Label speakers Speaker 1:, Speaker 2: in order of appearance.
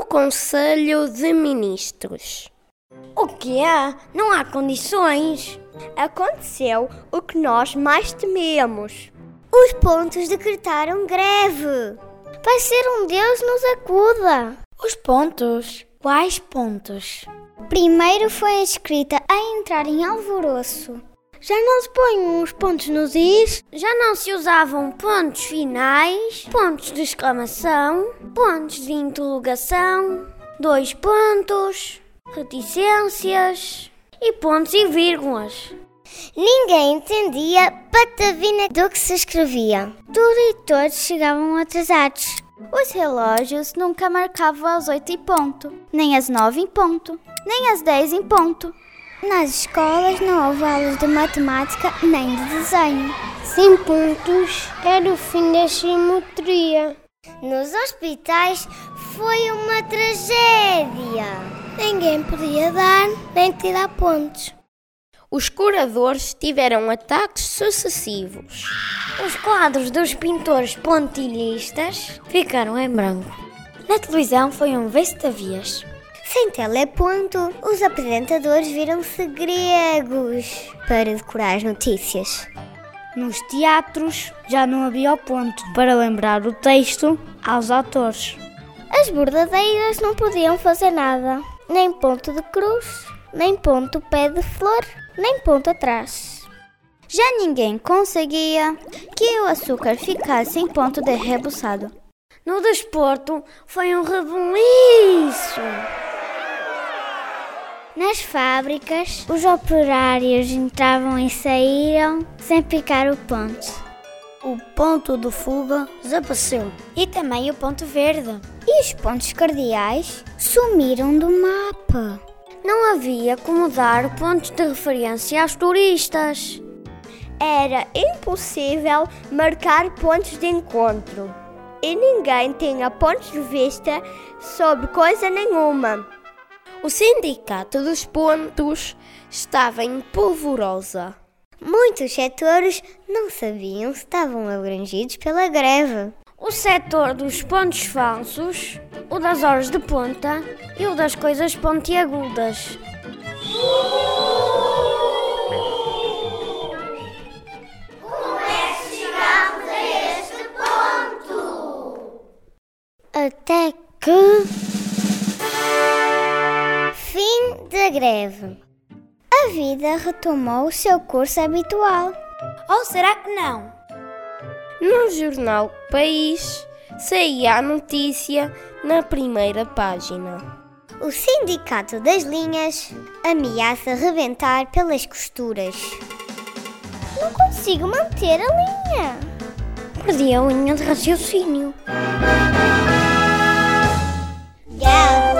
Speaker 1: Conselho de Ministros.
Speaker 2: O que há? Não há condições.
Speaker 3: Aconteceu o que nós mais tememos.
Speaker 4: Os pontos decretaram greve. Vai ser um Deus nos acuda.
Speaker 5: Os pontos? Quais pontos?
Speaker 4: Primeiro foi a escrita a entrar em alvoroço.
Speaker 6: Já não se põem os pontos nos is,
Speaker 7: já não se usavam pontos finais, pontos de exclamação, pontos de interrogação, dois pontos, reticências e pontos e vírgulas.
Speaker 4: Ninguém entendia patavina do que se escrevia. Tudo e todos chegavam atrasados.
Speaker 8: Os relógios nunca marcavam às oito em ponto, nem às nove em ponto, nem às dez em ponto.
Speaker 4: Nas escolas não houve aulas de matemática nem de desenho.
Speaker 9: Sem pontos era o fim da geometria.
Speaker 4: Nos hospitais foi uma tragédia. Ninguém podia dar nem tirar pontos.
Speaker 1: Os curadores tiveram ataques sucessivos.
Speaker 7: Os quadros dos pintores pontilhistas ficaram em branco. Na televisão foi um vestavias.
Speaker 4: Sem teleponto, os apresentadores viram-se gregos para decorar as notícias.
Speaker 6: Nos teatros já não havia o ponto para lembrar o texto aos atores.
Speaker 4: As bordadeiras não podiam fazer nada, nem ponto de cruz, nem ponto pé de flor, nem ponto atrás.
Speaker 8: Já ninguém conseguia que o açúcar ficasse em ponto de rebuçado.
Speaker 7: No desporto foi um rebuliço.
Speaker 4: Nas fábricas, os operários entravam e saíram sem picar o ponto.
Speaker 6: O ponto do fuga desapareceu.
Speaker 5: E também o ponto verde.
Speaker 4: E os pontos cardeais sumiram do mapa.
Speaker 7: Não havia como dar pontos de referência aos turistas.
Speaker 3: Era impossível marcar pontos de encontro. E ninguém tinha pontos de vista sobre coisa nenhuma.
Speaker 1: O sindicato dos pontos estava em polvorosa.
Speaker 4: Muitos setores não sabiam se estavam abrangidos pela greve.
Speaker 7: O setor dos pontos falsos, o das horas de ponta e o das coisas pontiagudas.
Speaker 10: Como é que chegamos a este ponto?
Speaker 4: Até que fim da greve. A vida retomou o seu curso habitual.
Speaker 5: Ou será que não?
Speaker 1: No jornal País saía a notícia na primeira página.
Speaker 4: O Sindicato das Linhas ameaça rebentar pelas costuras.
Speaker 6: Não consigo manter a linha.
Speaker 7: Perdi a linha de raciocínio.
Speaker 10: Yeah.